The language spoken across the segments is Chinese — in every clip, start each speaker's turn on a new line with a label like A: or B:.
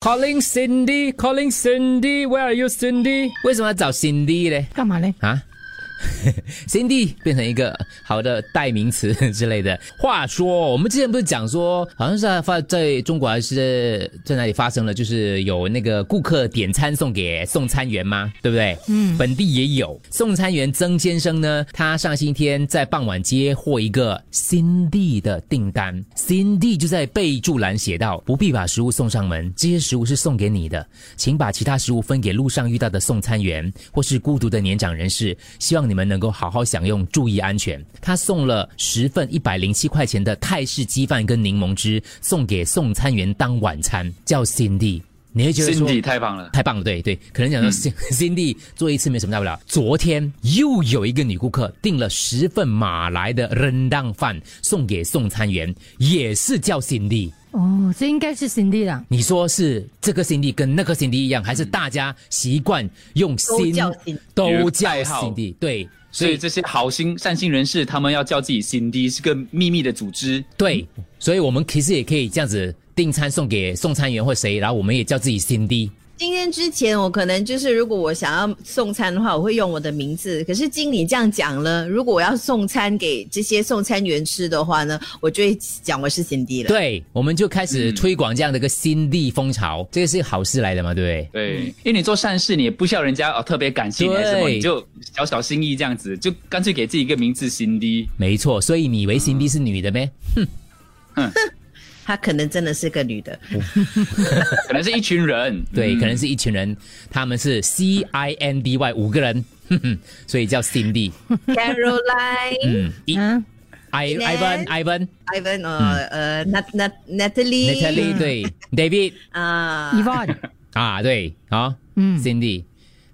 A: Calling Cindy，Calling Cindy，Where are you Cindy？为什么要找 Cindy 呢？
B: 干嘛嘞？
A: 啊 ，Cindy 变成一个好的代名词之类的。话说，我们之前不是讲说，好像是在发在中国还是在哪里发生了，就是有那个顾客点餐送给送餐员吗？对不对？嗯，本地也有送餐员曾先生呢，他上星期天在傍晚接获一个 Cindy 的订单，Cindy 就在备注栏写道：不必把食物送上门，这些食物是送给你的，请把其他食物分给路上遇到的送餐员或是孤独的年长人士，希望你们能够好好享用，注意安全。他送了十份一百零七块钱的泰式鸡饭跟柠檬汁，送给送餐员当晚餐，叫 Cindy。你会觉得说
C: Cindy 太棒了，
A: 太棒了，对对，可能讲说 Cindy 做一次没什么大不了。昨天又有一个女顾客订了十份马来的扔当饭送给送餐员，也是叫 Cindy。
B: 哦，这应该是 Cindy 啦。
A: 你说是这个 Cindy 跟那个 Cindy 一样，还是大家习惯用
D: 都
A: Cindy
D: 叫 Cindy
A: 都叫
C: 有代号
A: Cindy？对，
C: 所以这些好心善心人士，他们要叫自己 Cindy 是个秘密的组织，
A: 对，所以我们其实也可以这样子订餐送给送餐员或谁，然后我们也叫自己 Cindy。
D: 今天之前，我可能就是如果我想要送餐的话，我会用我的名字。可是经理这样讲了，如果我要送餐给这些送餐员吃的话呢，我就会讲我是 Cindy 了。
A: 对，我们就开始
C: 嗯
A: 推广这样的一个 Cindy 风潮，这个是好事来的嘛，对不对？
C: 对，因为你做善事，你也不需要人家哦特别感谢你还是什么，
A: 对
C: 你就小小心意这样子，就干脆给自己一个名字 Cindy。
A: 没错，所以你以为 Cindy 是女的咩？
D: 她可能真的是个女的，
C: 可能是一群人，
A: 对，
C: 嗯
A: 可能是一群人，他们是 C I N D Y 五个人， 哼哼，所以叫 Cindy。
D: Caroline、
A: 嗯，一
B: 啊，
A: I Ivan
D: Ivan
A: Ivan
D: Ivan 呃呃，Nat Nat Natalie
A: Natalie 对 David
D: 啊
B: e v o n
A: 啊对好，嗯
B: 嗯
A: ，Cindy。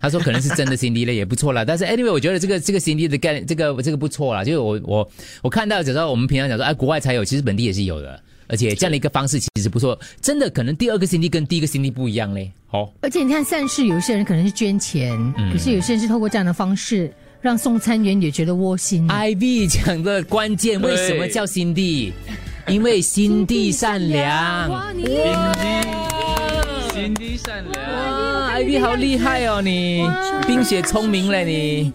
A: 他说可能是真的 Cindy 了，也不错啦。但是 anyway，我觉得这个这个 Cindy 的概念，这个这个不错啦。就是我我我看到，只知道我们平常讲说，哎、国外才有，其实本地也是有的。而且这样的一个方式其实不错，真的可能第二个 Cindy 跟第一个 Cindy 不一样嘞。好、
B: 而且你看，善事有些人可能是捐钱，可是有些人是透过这样的方式让送餐员也觉得窝心。啊
A: Ivy 讲的关键为什么叫心地？因为心地善良。
B: 你
C: 嗯 Cindy，Cindy 善良。
A: 啊，Ivy 好厉害哦你，冰雪聪明嘞你。